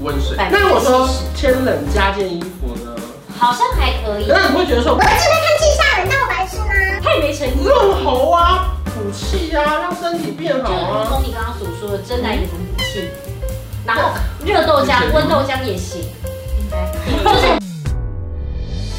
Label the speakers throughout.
Speaker 1: 温水。
Speaker 2: 百分之
Speaker 1: 那我说
Speaker 2: 七
Speaker 1: 天冷加件衣服呢？
Speaker 2: 好像还可以，
Speaker 1: 那你会觉得说，
Speaker 3: 我要这边看气象，你当我白痴吗？
Speaker 2: 太没诚意了。
Speaker 1: 润喉啊，补气啊，让身体变好
Speaker 2: 就是如
Speaker 1: 啊。
Speaker 2: 同你刚刚所说的，真奶也能补气，然后热豆浆、温豆浆也行，就是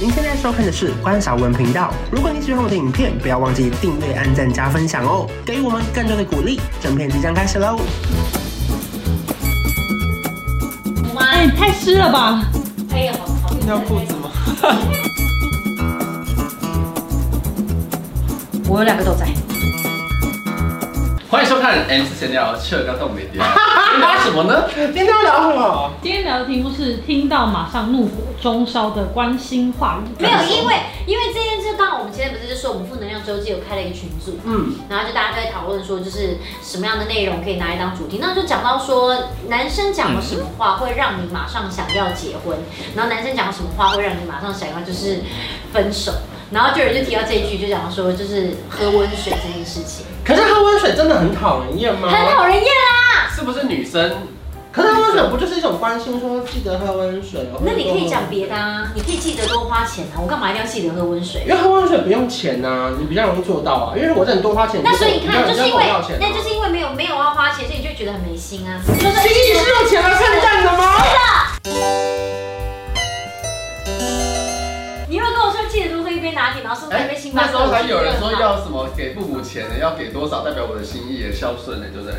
Speaker 4: 您现在收看的是关少文频道。如果你喜欢我的影片，不要忘记订阅、按赞、加分享哦，给予我们更多的鼓励。整片即将开始喽！
Speaker 2: 我妈
Speaker 5: 哎，你太湿了吧？
Speaker 2: 哎呀，好好
Speaker 1: 尿裤子吗？
Speaker 5: 我有两个豆仔，
Speaker 6: 欢迎收看 M 之闲聊，切尔刚到美店，今天
Speaker 1: 啊
Speaker 6: 聊什么呢？
Speaker 1: 今天要聊什么？
Speaker 5: 今天聊的题目是听到马上怒火中烧的关心话语。
Speaker 2: 没有，因为因为这件事，刚好我们今天不是就说我们负能量周记有开了一个群组，
Speaker 1: 嗯，
Speaker 2: 然后就大家都在讨论说，就是什么样的内容可以拿来当主题。那就讲到说，男生讲了什么话会让你马上想要结婚，然后男生讲了什么话会让你马上想要就是分手。然后就有人就提到这一句，就讲说就是喝温水这件事情，
Speaker 1: 可是喝温水真的很讨人厌吗？
Speaker 2: 很讨人厌啊啦。
Speaker 6: 是不是女生？
Speaker 1: 可是喝温水不就是一种关心，说记得喝温水哦。
Speaker 2: 那你可以讲别的啊，你可以记得多花钱啊，我干嘛一定要记得喝温水
Speaker 1: 因？为喝温水不用钱呐、你比较容易做到啊。因为如果真的多花钱，
Speaker 2: 那所以你看，
Speaker 1: 就
Speaker 2: 就是因为
Speaker 1: 要钱啊，
Speaker 2: 那就是因为没有没有要花钱，所以你就觉得很没心啊。
Speaker 1: 心意是用钱来判断的吗？
Speaker 2: 你如果跟我说记得多喝一杯拿铁，然后送我一杯星巴
Speaker 6: 哎那
Speaker 2: 克，
Speaker 6: 时候还有人说
Speaker 2: 我就觉得很好
Speaker 6: 要什么给父母钱的，要给多少，代表我的心意也孝顺了，对不对？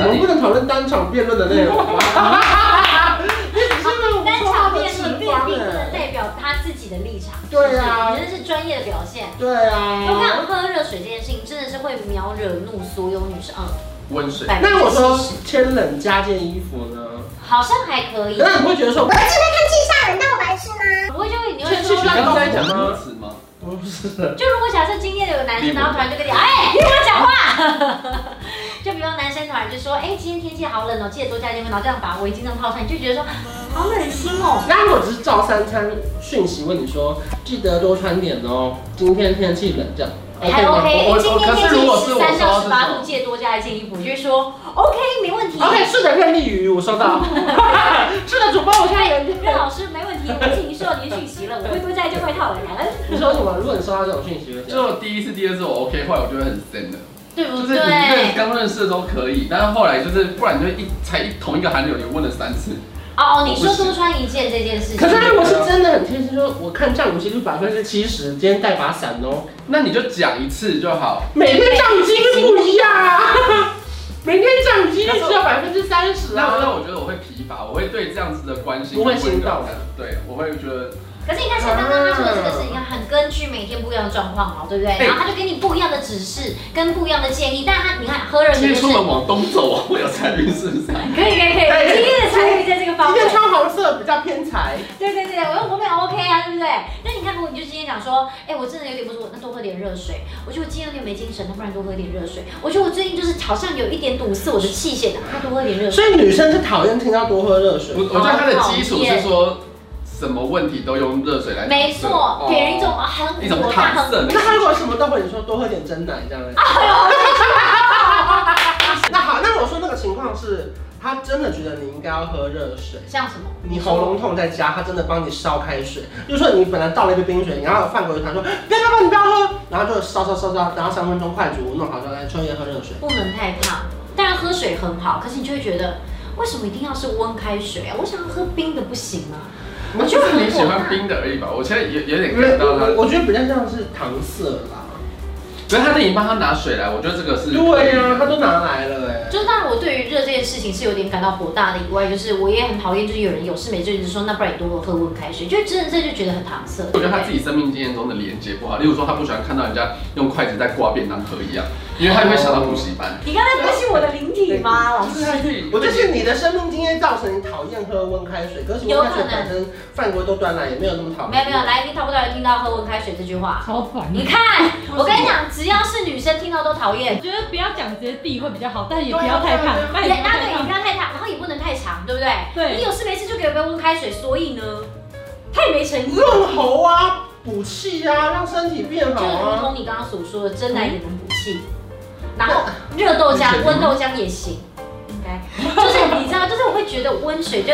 Speaker 1: 我们不能讨论单场辩论的 内容吗？你只是没有
Speaker 2: 单
Speaker 1: 说话
Speaker 2: 场
Speaker 1: 的
Speaker 2: 辩
Speaker 1: 时
Speaker 2: 论并
Speaker 1: 光
Speaker 2: 并不能
Speaker 1: 哎。
Speaker 2: 代表他自己的立场，
Speaker 1: 对啊
Speaker 2: 是不是你这是专业的表现。
Speaker 1: 对
Speaker 2: 我看
Speaker 1: 啊。
Speaker 2: 喝热水这件事情真的是会秒惹怒所有女生，嗯，
Speaker 6: 温水，
Speaker 2: 百分之
Speaker 1: 那我说
Speaker 2: 七十
Speaker 1: 天冷加件衣服呢？
Speaker 2: 好像还可以，
Speaker 1: 那你会觉得说
Speaker 3: 我要这边看气象，你当我白痴吗？
Speaker 2: 不会就会你会
Speaker 1: 这这
Speaker 2: 说
Speaker 1: 是
Speaker 6: 刚刚
Speaker 1: 刚
Speaker 6: 在
Speaker 1: 才讲
Speaker 6: 讲
Speaker 1: 的
Speaker 6: 歌词吗？
Speaker 1: 不是？
Speaker 2: 就如果假设今天有个男生，然后突然就跟你哎，听我讲话， 就比方男生突然就说，哎，今天天气好冷哦，记得多加件衣服，然后这样把围巾这样套上，你就觉得
Speaker 6: 啊
Speaker 2: 说好冷心哦。
Speaker 1: 那如果只是照三餐讯息问你说，记得多穿点哦，今天天气冷这样
Speaker 2: 还 OK，
Speaker 1: 吗
Speaker 2: 哎今天
Speaker 6: 可
Speaker 2: 天
Speaker 6: 是如果
Speaker 2: 气
Speaker 6: 是
Speaker 2: 十
Speaker 6: 我
Speaker 2: 三
Speaker 6: 说嗯
Speaker 2: 到
Speaker 6: 是
Speaker 2: 十
Speaker 6: 什
Speaker 2: 八
Speaker 6: 么
Speaker 2: 度，记得多加一件衣服，我就会说 OK，没问题。
Speaker 1: ？OK，是的，任力鱼，我收到。 是的，主播，我现在
Speaker 2: 哎
Speaker 1: 人。
Speaker 2: 任老师没问题，我已经收到您的讯息了，我会多加一件外套的，感恩，
Speaker 1: 你说什么？如果你收到这种讯息，会这样
Speaker 6: 就第一次、第二次我 OK，后来我就会很深了。
Speaker 2: 对
Speaker 6: 就
Speaker 2: 不
Speaker 6: 是你认
Speaker 2: 对？
Speaker 6: 刚认识的时候可以，但是后来就是不然就一才一同一个韩流，你问了三次，
Speaker 2: 哦哦，你说多穿一件这件事情，
Speaker 1: 可是他如果是真的很贴心，说我看降雨几率百分之七十，今天带把伞哦。
Speaker 6: 那你就讲一次就好。
Speaker 1: 每天降雨几率不一样啊，每天降雨几率只有百分之三十
Speaker 6: 那那
Speaker 1: 啊。
Speaker 6: 我觉得我会疲乏，我会对这样子的关心
Speaker 1: 不会心动
Speaker 6: 温柔感对，我会觉得
Speaker 2: 可是你看，像刚刚他说的这个事情，很根据每天不一样的状况嘛，对不对？
Speaker 6: 哎
Speaker 2: 然后他就给你不一样的指示跟不一样的建议，但他你看喝热
Speaker 6: 今
Speaker 2: 水 就
Speaker 6: 天
Speaker 2: 是哦
Speaker 6: 出门往东走啊，会有财运是不是？
Speaker 2: 可以可以可
Speaker 1: 哎
Speaker 2: 以，今天的才遇在这个方
Speaker 1: 今
Speaker 2: 面
Speaker 1: 天，穿红色比较偏财，
Speaker 2: 对对对对，我我们 OK 啊，对不对？但你看，如果你就今天讲说，哎，我真的有点不舒服，那多喝点热水。我觉得我今天有点没精神，那不然多喝点热水。我觉得我最近就是好像有一点堵塞我的气血，那多喝点热水。
Speaker 1: 所以女生是讨厌听到多喝热水
Speaker 6: 我。我觉得它的基础是说，什么问题都用热水来。
Speaker 2: 没。错，给人一种啊很
Speaker 6: 哦一种
Speaker 2: 火大、
Speaker 6: 抗
Speaker 2: 很
Speaker 6: 胜，
Speaker 1: 那他如果什么都会，你说多喝点真奶 这样的。
Speaker 6: 哎
Speaker 1: 那好，那我说那个情况是，他真的觉得你应该要喝热水。
Speaker 2: 像什么？
Speaker 1: 你喉咙痛在家，他真的帮你烧开水，就是说你本来倒了一杯冰水，然后饭给他说不要不要你不要喝，然后就烧烧烧烧，然后三分钟快煮，弄好之后来抽烟喝热水。
Speaker 2: 不能太烫。当然喝水很好，可是你就会觉得，为什么一定要是温开水啊？我想要喝冰的不行吗？我
Speaker 6: 就
Speaker 2: 就是很
Speaker 6: 你喜
Speaker 2: 火
Speaker 6: 欢
Speaker 2: 大。
Speaker 6: 冰的而已吧，我现在有有点
Speaker 1: 因为
Speaker 6: get 到它，
Speaker 1: 我我觉得比较像是搪塞啦。
Speaker 6: 可是他已经帮他拿水来，我觉得这个是
Speaker 1: 对呀、他都拿来了哎、
Speaker 2: 就是当然，我对于热这件事情是有点感到火大的以外，就是我也很讨厌，就是有人有事没事就说，那不然你多喝温开水，就真的这就觉得很搪塞。
Speaker 6: 我觉得他自己生命经验中的连接不好，例如说他不喜欢看到人家用筷子在挂便当盒一样，因为他就会想到补习班。
Speaker 2: 你刚才不是我的灵体吗，老
Speaker 6: 就是他
Speaker 2: 师？
Speaker 6: 可以，
Speaker 1: 我就是你的生命经验造成你讨厌喝温开水，可是温开水本身饭锅都端来，也没有那么讨厌。
Speaker 2: 没有没有，来，你讨不讨厌听到喝温开水这句话？
Speaker 5: 超烦
Speaker 2: 你看，我跟你讲，只要是女生听到都讨厌
Speaker 5: 我。觉得不要讲直接地会比较好，但也不要太烫，但也
Speaker 2: 对，
Speaker 5: 不要
Speaker 2: 啊
Speaker 5: 太
Speaker 2: 对，你不
Speaker 5: 烫。
Speaker 2: 要太烫，然后也不能太长，对不对？
Speaker 5: 对
Speaker 2: 你有事没事就给我杯温开水，所以呢，太没诚意了。
Speaker 1: 润喉啊，补气啊，让身体变
Speaker 2: 就
Speaker 1: 好
Speaker 2: 是如
Speaker 1: 啊。
Speaker 2: 同你刚刚所说的，真奶也能补气，
Speaker 1: 嗯
Speaker 2: 然后热豆浆、温豆浆也行。应该，就是你知道，就是我会觉得温水就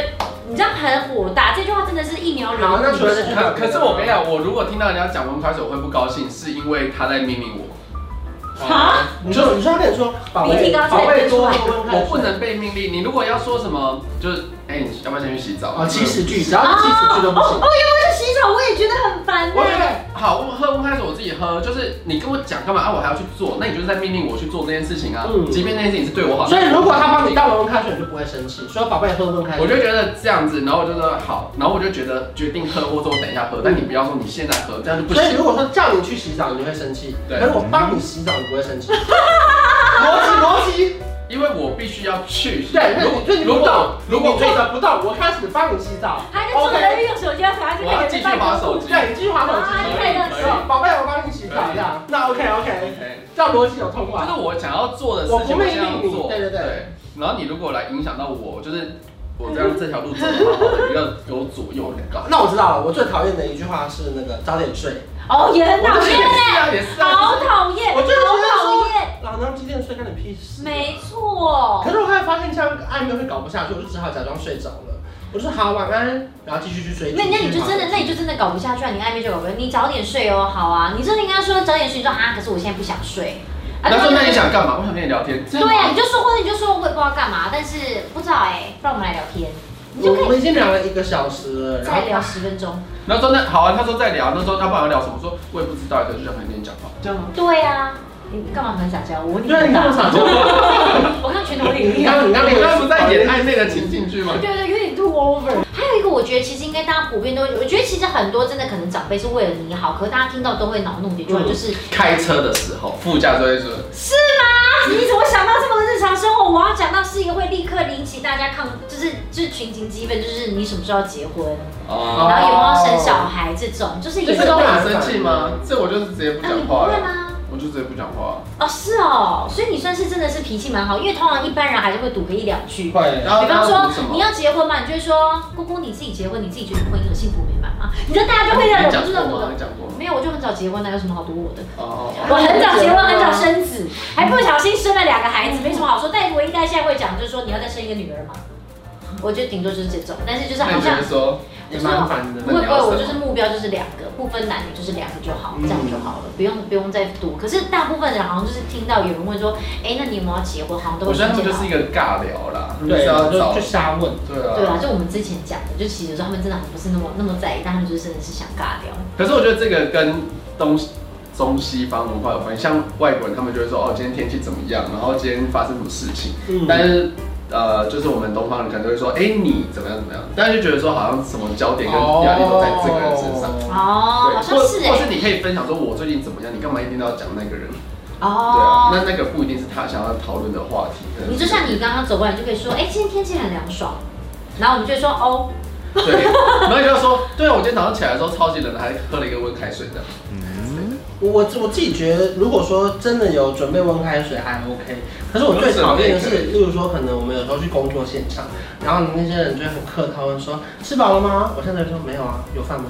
Speaker 2: 你这样很火大，这句话真的是一秒惹怒
Speaker 1: 好那除了这句
Speaker 6: 可可是我跟你讲，我如果听到人家讲温开水，我会不高兴，是因为他在命令我，
Speaker 5: 啊，
Speaker 1: 你说你说他跟你说，宝
Speaker 2: 鼻涕
Speaker 1: 贝，
Speaker 2: 高
Speaker 1: 宝贝多
Speaker 2: 出来
Speaker 1: 多温开
Speaker 6: 我
Speaker 1: 水
Speaker 6: 不能被命令。你如果要说什么，就是哎，你要不要先去洗澡？
Speaker 1: 啊，起始句，只要是起始句都不
Speaker 2: 哦
Speaker 1: 行。
Speaker 2: 这洗澡我也觉得很烦
Speaker 6: 我觉
Speaker 2: 哎、
Speaker 6: 得好，我喝温开水我自己喝，就是你跟我讲干嘛啊，我还要去做，那你就是在命令我去做这件事情啊。
Speaker 1: 嗯
Speaker 6: 即便那件事情是对我
Speaker 2: 哦
Speaker 6: 好，
Speaker 1: 所以如果他帮你
Speaker 6: 到，
Speaker 1: 倒了温开水，你就不会生气。说宝贝喝温开
Speaker 6: 我
Speaker 1: 水，
Speaker 6: 就觉得这样子，然后我就说好，然后我就觉得决定喝，或者我等一下喝，但你不要说你现在喝，这样就
Speaker 1: 嗯
Speaker 6: 不
Speaker 1: 所以
Speaker 6: 行。
Speaker 1: 如果说叫你去洗澡，你就会生气。
Speaker 6: 对
Speaker 1: 可是我帮你洗澡，你不会生气。逻辑逻辑，
Speaker 6: 因为我必须要去。
Speaker 1: 对，那
Speaker 6: 如
Speaker 1: 你就你
Speaker 6: 果
Speaker 1: 不动
Speaker 6: 如果，
Speaker 1: 如
Speaker 6: 如
Speaker 1: 果
Speaker 6: 果
Speaker 1: 你坐着不动，我开始帮你洗澡。
Speaker 2: 还在坐着用手机，反正就
Speaker 6: 我要
Speaker 2: 感
Speaker 6: 继
Speaker 2: 觉
Speaker 6: 续
Speaker 2: 在
Speaker 6: 划手机。
Speaker 1: 对，你继续划手
Speaker 2: 啊
Speaker 1: 机。
Speaker 6: 哎
Speaker 1: 呃
Speaker 2: 太热
Speaker 6: 可以
Speaker 2: 情，
Speaker 1: 宝贝，我帮你洗澡这样。那 OK OK，
Speaker 6: OK，
Speaker 1: 这样逻辑有通
Speaker 6: 就
Speaker 1: 话。
Speaker 6: 是我想要做的事
Speaker 1: 我不
Speaker 6: 情，
Speaker 1: 命
Speaker 6: 想要
Speaker 1: 令你
Speaker 6: 做。
Speaker 1: 对对对
Speaker 6: 然后你如果来影响到我，就是我这样这条路走 的话，我要有左右两道。
Speaker 1: 那我知道了，我最讨厌的一句话是那个早点睡。
Speaker 2: 哦，也很讨
Speaker 6: 我就是也
Speaker 2: 厌
Speaker 6: 是
Speaker 2: 哎，
Speaker 6: 啊，也是啊。
Speaker 2: 好讨厌，
Speaker 1: 我
Speaker 2: 好
Speaker 1: 就是觉得说
Speaker 2: 讨厌，
Speaker 1: 老娘几点睡干你屁事？
Speaker 2: 没错
Speaker 1: 可。是我后来发现这样暧昧会搞不下去，我就只好假装睡着了。我就说好晚安，然后继续去睡。
Speaker 2: 那那你就真的，那你就真的搞不下去啊！你暧昧就搞不下去，你早点睡哦，好啊，你真的应该说早点睡，你说啊，可是我现在不想睡。啊
Speaker 6: 那说那你想干嘛？我想跟你聊天。这样
Speaker 2: 对呀、你就说或者你就说我也不知道干嘛，但是不知道哎、不然我们来聊天，你就可
Speaker 1: 我
Speaker 2: 以
Speaker 1: 们已经聊了一个小时了，然后
Speaker 2: 再聊十分 钟。
Speaker 6: 然后说那好啊，他说再聊，那说那不然要聊什么？我说我也不知道，可是就想跟你讲话。这样吗？
Speaker 2: 对呀、你干嘛很撒娇？我问你，
Speaker 1: 对啊，你刚刚 撒娇，
Speaker 2: 我看拳头里
Speaker 1: 你
Speaker 2: 面。
Speaker 1: 刚你刚
Speaker 6: 你
Speaker 1: 那
Speaker 6: 刚
Speaker 1: 个
Speaker 6: 刚不是在演暧昧的情境剧吗？
Speaker 2: 对对，有点 too over。还有一个，我觉得其实应该大家普遍都会，我觉得其实很多真的可能长辈是为了你好，可是大家听到都会恼怒的一句话
Speaker 1: 嗯
Speaker 2: 就是：啊
Speaker 6: 开车的时候，副驾就会说，
Speaker 2: 是吗？你怎么想到这么日常生活？我要讲到是一个会立刻引起大家抗，就是就是群情激愤，就是你什么时候要结婚，
Speaker 6: 哦，
Speaker 2: 然后有没有生小孩这种，就是也
Speaker 6: 这
Speaker 2: 是
Speaker 6: 个
Speaker 2: 会。
Speaker 6: 我
Speaker 2: 啊，
Speaker 6: 很生气吗？这我就是直接不
Speaker 2: 你
Speaker 6: 讲
Speaker 2: 不
Speaker 6: 话
Speaker 2: 会
Speaker 6: 了，
Speaker 2: 吗？
Speaker 6: 我就直接不讲话。
Speaker 2: 哦，是哦，所以你算是真的是脾气蛮好，因为通常一般人还是会赌个一两句。
Speaker 1: 会
Speaker 6: 然后
Speaker 2: 比方
Speaker 6: 他
Speaker 2: 说
Speaker 6: 什么
Speaker 2: 你要结婚嘛，你就会说姑姑你自己结婚，你自己觉得婚姻有幸福美满吗？你知道大家就会忍
Speaker 6: 你
Speaker 2: 不
Speaker 6: 讲
Speaker 2: 住
Speaker 6: 过
Speaker 2: 的鼓
Speaker 6: 吗？
Speaker 2: 的。
Speaker 6: 你讲过吗？
Speaker 2: 没有，我就很早结婚啊了，有什么好赌我的？
Speaker 6: 哦
Speaker 2: 我很早结婚，很早生子，还不小心生了两个孩
Speaker 6: 嗯
Speaker 2: 子，没什么好说。但唯一大家现在会讲就是说你要再生一个女儿嘛，我觉得顶多就是这种，但是就是
Speaker 6: 那
Speaker 2: 好
Speaker 6: 你觉
Speaker 2: 像
Speaker 6: 得说，
Speaker 1: 也蛮烦的
Speaker 2: 不。会不会，
Speaker 6: 那你要
Speaker 2: 我
Speaker 6: 生吗
Speaker 2: 就是目标就是两个，不分男女就是两个就好，这样
Speaker 6: 嗯
Speaker 2: 就好了，不用不用再赌。可是大部分人好像就是听到有人问说，哎，那你有没有要结婚？好像都
Speaker 6: 我
Speaker 2: 会
Speaker 6: 觉得他
Speaker 2: 先
Speaker 6: 们
Speaker 2: 介
Speaker 6: 就
Speaker 2: 绍
Speaker 6: 是一。个尬聊啦，
Speaker 1: 对，
Speaker 6: 是
Speaker 1: 然后
Speaker 6: 要
Speaker 1: 就
Speaker 6: 找
Speaker 1: 就瞎问。
Speaker 6: 对啊，
Speaker 2: 对啊，就我们之前讲的，就其实有时候他们真的很不是那么那么在意，但他们就是真的是想尬聊。
Speaker 6: 可是我觉得这个跟东西中西方文化有关系，像外国人他们就会说哦，今天天气怎么样，然后今天发生什么事情，
Speaker 1: 嗯
Speaker 6: 但是。呃，就是我们东方人可能就会说，哎、你怎么样怎么样，但是就觉得说好像什么焦点跟压力都在这个人身上，
Speaker 1: 哦
Speaker 2: 哦，好像
Speaker 6: 或
Speaker 2: 是
Speaker 6: 或
Speaker 2: 哎，
Speaker 6: 是你可以分享说我最近怎么样，你干嘛一定要讲那个人？对啊，
Speaker 2: 哦，
Speaker 6: 那那个不一定是他想要讨论的话题。可能
Speaker 2: 你就像你刚刚走过来，你就可以说，哎，今天天气很凉爽，然后我们就会说，哦，
Speaker 6: 对，然后你就要说，对啊，我今天早上起来的时候超级冷的，还喝了一个温开水的。
Speaker 1: 我我自我自己觉得，如果说真的有准备温开水还 OK，可是我最讨厌的是，例如说可能我们有时候去工作现场，然后那些人就会很客套问说吃饱了吗？我现在就说没有啊，有饭吗？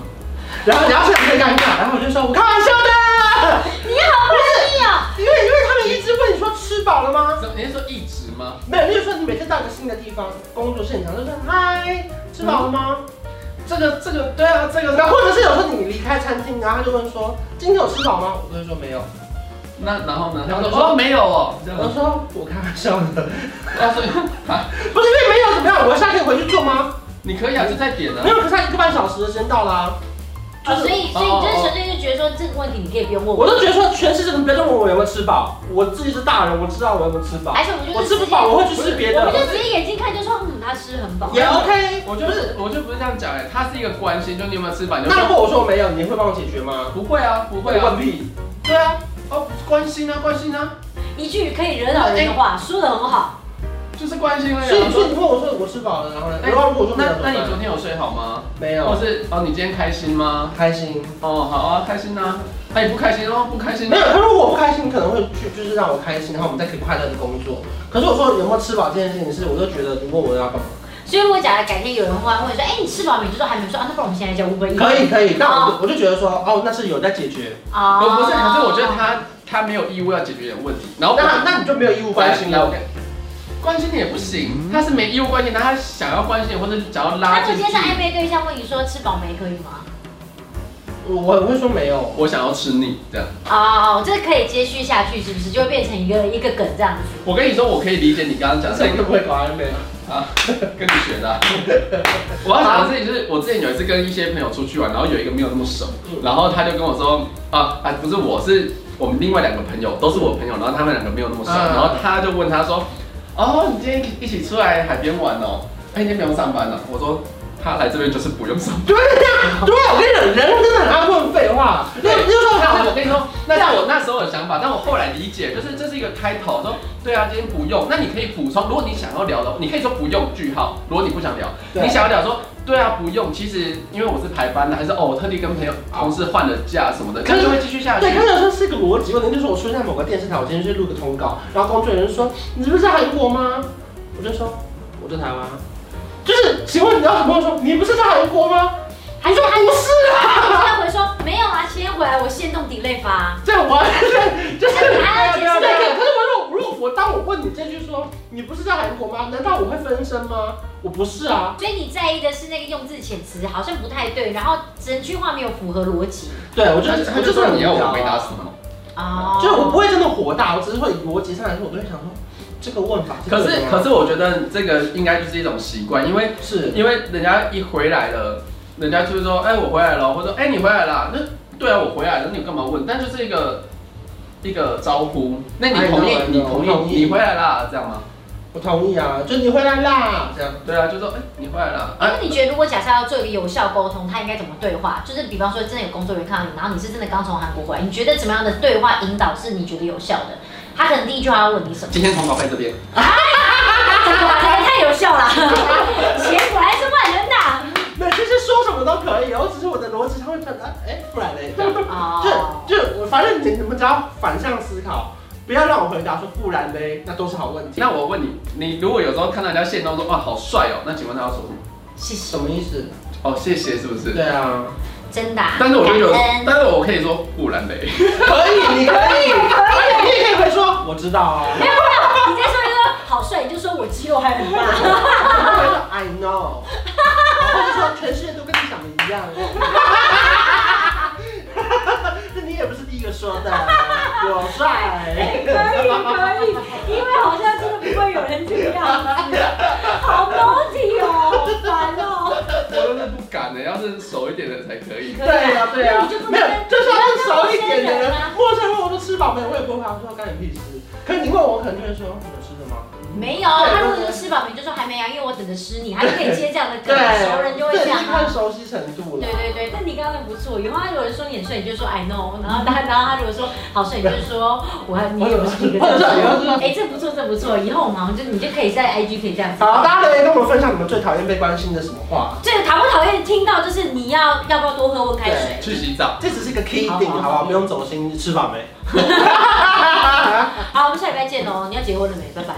Speaker 1: 然后然后现在很尴尬，然后我就说我开玩笑的，
Speaker 2: 你好叛逆啊！
Speaker 1: 因为因为他们一直问你说吃饱了吗？
Speaker 6: 怎么你是说一直吗？
Speaker 1: 没有，例如说你每次到一个新的地方工作现场，就说嗨，吃饱了吗？
Speaker 6: 嗯
Speaker 1: 这个这个对啊，这个，然后或者是有时候你离开餐厅，然后他就问说今天有吃饱吗？我都会说没有。
Speaker 6: 那然后呢？他说哦没有哦，这样
Speaker 1: 我说我开玩笑的，
Speaker 6: 他说 啊
Speaker 1: 不是因为没有怎么样，我现在可以回去做吗？
Speaker 6: 你可以啊，就在点啊
Speaker 1: 没。有，可是他一个半小时的时间到啦、就
Speaker 2: 哦，
Speaker 1: 是
Speaker 2: 所以所以你就是纯粹就觉得说这个问题你可以不用问
Speaker 1: 我都觉得说全世界的人不要问我有没有吃饱，我自己是大人，我知道我有没有吃饱，
Speaker 2: 而且我们
Speaker 1: 我
Speaker 2: 就是
Speaker 1: 吃
Speaker 2: 直
Speaker 1: 不
Speaker 2: 接
Speaker 1: 饱我会去吃别
Speaker 2: 我们
Speaker 1: 的，
Speaker 2: 就直接眼睛看就说，嗯，他吃很 饱。
Speaker 1: 也 OK。
Speaker 6: 我就是我就不是这样讲哎，他是一个关心，就你有没有吃饭？你就
Speaker 1: 那如
Speaker 6: 说
Speaker 1: 果我说我没有，你会帮我解决吗？
Speaker 6: 不会啊，不会
Speaker 1: 我问
Speaker 6: 啊，
Speaker 1: 屁。
Speaker 6: 对啊，哦关心啊关心啊，
Speaker 2: 一句可以惹恼人的话，说的很好。
Speaker 6: 就是关心了
Speaker 1: 所以所以
Speaker 6: 呀。
Speaker 1: 你问我说我吃饱了，然后呢？
Speaker 6: 哎
Speaker 1: 然后如果我说没有
Speaker 6: 啊
Speaker 1: 怎么
Speaker 6: 那那
Speaker 1: 办，
Speaker 6: 你昨天有睡好吗？
Speaker 1: 没
Speaker 6: 或
Speaker 1: 有
Speaker 6: 是哦你今天开心吗？
Speaker 1: 开心？
Speaker 6: 哦好啊开心啊，那你不开心哦不开心
Speaker 1: 没。有，他如果我不开心，可能会去就是让我开心，然后我们再可以快乐的工作。可是我说有没有吃饱这件事情是，我就觉得你问我要干嘛？
Speaker 2: 所以如果假如改天有人问问说，哎，你吃饱没？你就说还没，说啊，那不然我们现在叫 Uber Eats
Speaker 1: 可以可以，但
Speaker 6: 啊
Speaker 1: 我就我就觉得说，哦，那是有在解决，
Speaker 2: 啊
Speaker 6: 哦不不是，可是我觉得他他没有义务要解决你的问题，然后
Speaker 1: 那那你就没有义务关心
Speaker 6: 来
Speaker 1: 了
Speaker 6: 我。跟关心你也不行，他是没义务关心，但他想要关心你，或者是想要
Speaker 2: 那
Speaker 6: 拉
Speaker 2: 我
Speaker 6: 近
Speaker 2: 今
Speaker 6: 距
Speaker 2: 天是暧
Speaker 6: 离。
Speaker 2: 昧对象问你说吃饱没可以吗？
Speaker 1: 我很会说没有，
Speaker 6: 我想要吃你这样，
Speaker 2: 哦，这可以接续下去，是不是就会变成一个一个梗这样子？
Speaker 6: 我跟你说，我可以理解你刚刚讲的
Speaker 1: 这
Speaker 6: 那
Speaker 1: 会
Speaker 6: 个
Speaker 1: 不会搞暧 昧啊？
Speaker 6: 啊， 跟你学的啊、我要讲的事情就是，我之前有一次跟一些朋友出去玩，然后有一个没有那么熟，然后他就跟我说，啊啊，不是我是我们另外两个朋友，都是我朋友，然后他们两个没有那么熟，
Speaker 1: 嗯
Speaker 6: 然后他就问他说，哦，你今天一起出来海边玩哦，哎，你今天不用上班了、我说他来这边就是不用上班。
Speaker 1: 对呀、对、啊，我跟你讲，人真的很爱问废话。那
Speaker 6: 对，
Speaker 1: 那时候
Speaker 6: 但是我跟你说，那是我那时候的想法，但我后来理解，就是这是一个开头，说对啊，今天不用，那你可以补充，如果你想要聊的，你可以说不用句号，如果你不想聊，
Speaker 1: 对
Speaker 6: 你想要聊说对啊不用，其实因为我是排班的，还是哦我特地跟朋友同事换了假什么的，
Speaker 1: 可
Speaker 6: 可
Speaker 1: 是
Speaker 6: 能就会继续下去
Speaker 1: 对，。刚才说是个逻辑问题，就是我出现在某个电视台，我今天去录个通告，然后工作人员说你不是在韩国吗？我就说我在台湾啊。就是，请问你要怎么说？你不是在韩国吗？
Speaker 2: 还是
Speaker 1: 我
Speaker 2: 还
Speaker 1: 说不是啊。
Speaker 2: 他回说没有啊，先回来我限动 delay 发。
Speaker 1: 这我就是哎
Speaker 2: 你还要解释
Speaker 1: 对，啊可是我如果如果我当我问你这句说你不是在韩国吗？难道我会分身吗？我不是啊。
Speaker 2: 所以你在意的是那个用字遣词好像不太对，然后整句话没有符合逻辑
Speaker 1: 对，我就
Speaker 6: 他他就说你要我回答什么？
Speaker 2: 哦
Speaker 1: 就是我不会真的火大，我只是会逻辑上来说，我都会想说这个问法。
Speaker 6: 可是可
Speaker 1: 是
Speaker 6: 是我觉得这个应该就是一种习惯，因为
Speaker 1: 是
Speaker 6: 因为人家一回来了，人家就是说，哎、我回来了，或者说，哎、你回来啦，那对啊，我回来了，你干嘛问？但就是一个一个招呼，那你
Speaker 1: I know,
Speaker 6: 同意
Speaker 1: I know，
Speaker 6: 你同
Speaker 1: 我同
Speaker 6: 意，
Speaker 1: 意
Speaker 6: 你回来啦，这样吗？
Speaker 1: 我同意啊，就你回来啦，这样。
Speaker 6: 对啊，就说，哎、你回来啦，哎、
Speaker 2: 那你觉得，如果假设要做一个有效沟通，他应该怎么对话？就是比方说，真的有工作人员看到你，然后你是真的刚从韩国回来，你觉得怎么样的对话引导是你觉得有效的？他可能第一句话要问你 什么？
Speaker 6: 今天投稿费这边，
Speaker 2: 哇，这也太有效了， 钱果然是万能的。啊
Speaker 1: 那其实说什么都可以，我只是我的逻辑上会觉得，哎，不然嘞，这样
Speaker 2: 哦，
Speaker 1: 就就我反正你你们只要反向思考，不要让我回答说不然嘞，那都是好问题。
Speaker 6: 那我问你，你如果有时候看到人家现动说，哇，好帅哦，那请问他要说什么？
Speaker 2: 谢谢
Speaker 1: 什，么意思？
Speaker 6: 哦，谢谢，是不是？
Speaker 1: 对啊，
Speaker 2: 真的啊。
Speaker 6: 但是我就有
Speaker 2: 感恩，
Speaker 6: 但是我可以说固然雷，
Speaker 1: 可以，你可以，可以，你也可以回说我知道 啊，
Speaker 2: 没有没有， 你再说一个好帅，你就说我肌肉还很大。
Speaker 1: 然后回说 I know，或者说全世界都跟你想的一样哦。 那你也不是第一个说的，我帅。
Speaker 5: 可以可以，因为好像真的不会有人这样子，好 naughty 哦，烦哦。
Speaker 6: 我就是不 敢的，要是熟一点的才可以。
Speaker 1: 对呀、对呀、
Speaker 5: 啊那你就不能
Speaker 1: 没有，就算是熟一点的
Speaker 5: 不能跟陌生人
Speaker 1: 人
Speaker 5: 啊，
Speaker 1: 陌生人我都吃饱没，我也不会说干你屁事。可是你问我，我可能就会说你有吃的吗？
Speaker 2: 没有，他如果是吃饱，你就说还没啊，因为我等着吃你，还可以接这样的梗，熟人就会这
Speaker 1: 对，已
Speaker 2: 样
Speaker 1: 经
Speaker 2: 啊
Speaker 1: 看。熟悉程度了。
Speaker 2: 对对对，但你刚刚不错，以后他有人说你很帅，你就说 I know，然后他然后他如果说好帅，你就说 我还你也不是一个这样说，哎，这不错这不错，以后我们好像就你就可以在 IG 可以这样子。哎
Speaker 1: 好，大家留言跟我们分享你们最讨厌被关心的什么话。
Speaker 2: 这个讨不讨厌听到就是你要要不要多喝温开水？
Speaker 6: 去洗澡，
Speaker 1: 这只是一个 key
Speaker 2: 好
Speaker 1: thing，
Speaker 2: 好
Speaker 1: 好不好？不用走心，吃饱没？
Speaker 2: 好，我们下礼拜见哦。你要结婚了没？拜拜。